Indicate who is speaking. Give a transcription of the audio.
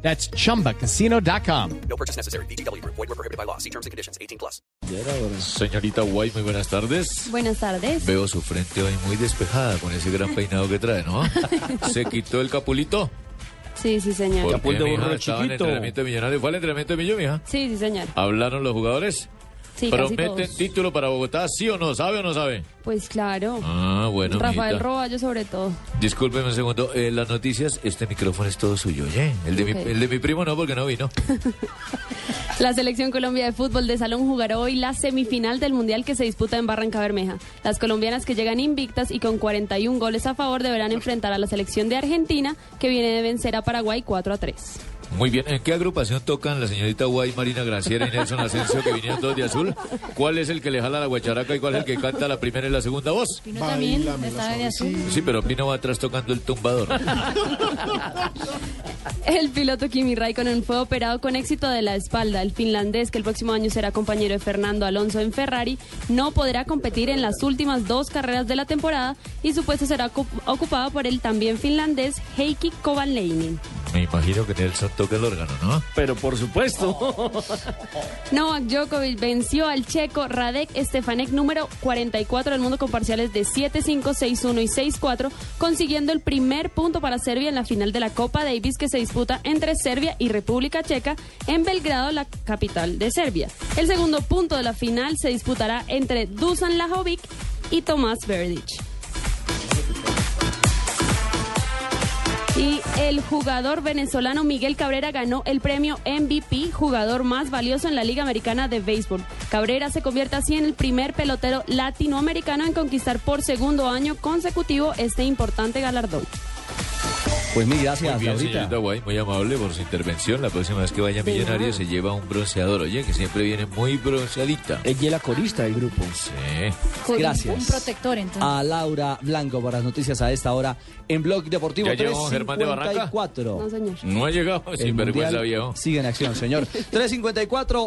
Speaker 1: That's chumbacasino.com.
Speaker 2: No purchase necessary. BGW. Void were prohibited by law. See terms and conditions. 18 plus.
Speaker 3: Señorita Guay, muy buenas tardes.
Speaker 4: Buenas tardes.
Speaker 3: Veo su frente hoy muy despejada con ese gran peinado que trae, ¿no? Se quitó el capulito.
Speaker 4: Sí, sí, señor.
Speaker 3: Porque
Speaker 5: Capul de
Speaker 3: mija,
Speaker 5: burro
Speaker 3: estaba en
Speaker 5: chiquito.
Speaker 3: entrenamiento de millonarios. ¿Fue al entrenamiento de millonarios, mija?
Speaker 4: Sí, sí, señor.
Speaker 3: ¿Hablaron los jugadores?
Speaker 4: Sí, casi
Speaker 3: ¿Prometen
Speaker 4: todos.
Speaker 3: título para Bogotá, sí o no? ¿Sabe o no sabe?
Speaker 4: Pues claro.
Speaker 3: Ah, bueno,
Speaker 4: Rafael
Speaker 3: mijita.
Speaker 4: Roballo sobre todo.
Speaker 3: Discúlpeme un segundo. Eh, las noticias, este micrófono es todo suyo, ¿eh? El de,
Speaker 4: Ok.
Speaker 3: mi, el de mi primo no, porque no vino.
Speaker 4: La selección Colombia de fútbol de salón jugará hoy la semifinal del Mundial que se disputa en Barranca Bermeja. Las colombianas que llegan invictas y con 41 goles a favor deberán enfrentar a la selección de Argentina que viene de vencer a Paraguay 4 a 3.
Speaker 3: Muy bien. ¿En qué agrupación tocan la señorita Guay, Marina Graciera y Nelson Asensio, que vinieron todos de azul? ¿Cuál es el que le jala la guacharaca y cuál es el que canta la primera y la segunda voz?
Speaker 6: Pino también estaba de azul.
Speaker 3: Sí, pero Pino va atrás tocando el tumbador.
Speaker 4: El piloto Kimi Raikkonen fue operado con éxito de la espalda. El finlandés, que el próximo año será compañero de Fernando Alonso en Ferrari, no podrá competir en las últimas dos carreras de la temporada y su puesto será ocu- ocupado por el también finlandés Heikki Kovalainen.
Speaker 3: Me imagino que Nelson toca el órgano, ¿no?
Speaker 5: Pero por supuesto.
Speaker 4: Novak Djokovic venció al checo Radek Stefanek número 44 del mundo con parciales de 7-5, 6-1 y 6-4, consiguiendo el primer punto para Serbia en la final de la Copa Davis que se disputa entre Serbia y República Checa en Belgrado, la capital de Serbia. El segundo punto de la final se disputará entre Dusan Lajovic y Tomás Verdic. Y el jugador venezolano Miguel Cabrera ganó el premio MVP, jugador más valioso en la Liga Americana de Béisbol. Cabrera se convierte así en el primer pelotero latinoamericano en conquistar por segundo año consecutivo este importante galardón.
Speaker 5: Pues mil gracias,
Speaker 3: Muy bien,
Speaker 5: Laurita.
Speaker 3: señorita Guay, muy amable por su intervención. La próxima vez que vaya a Millonario se lleva un bronceador, oye, que siempre viene muy bronceadita.
Speaker 5: Ella es la corista del grupo.
Speaker 3: Sí.
Speaker 6: Con
Speaker 5: Gracias.
Speaker 6: Un protector, entonces.
Speaker 5: A Laura Blanco por las noticias a esta hora en Blog Deportivo
Speaker 3: ¿Ya llegó Germán de Barranca?
Speaker 5: 354.
Speaker 4: No, señor.
Speaker 3: No ha llegado,
Speaker 5: El
Speaker 3: sin vergüenza
Speaker 5: Mundial
Speaker 3: viejo.
Speaker 5: Sigue en acción, señor. 354.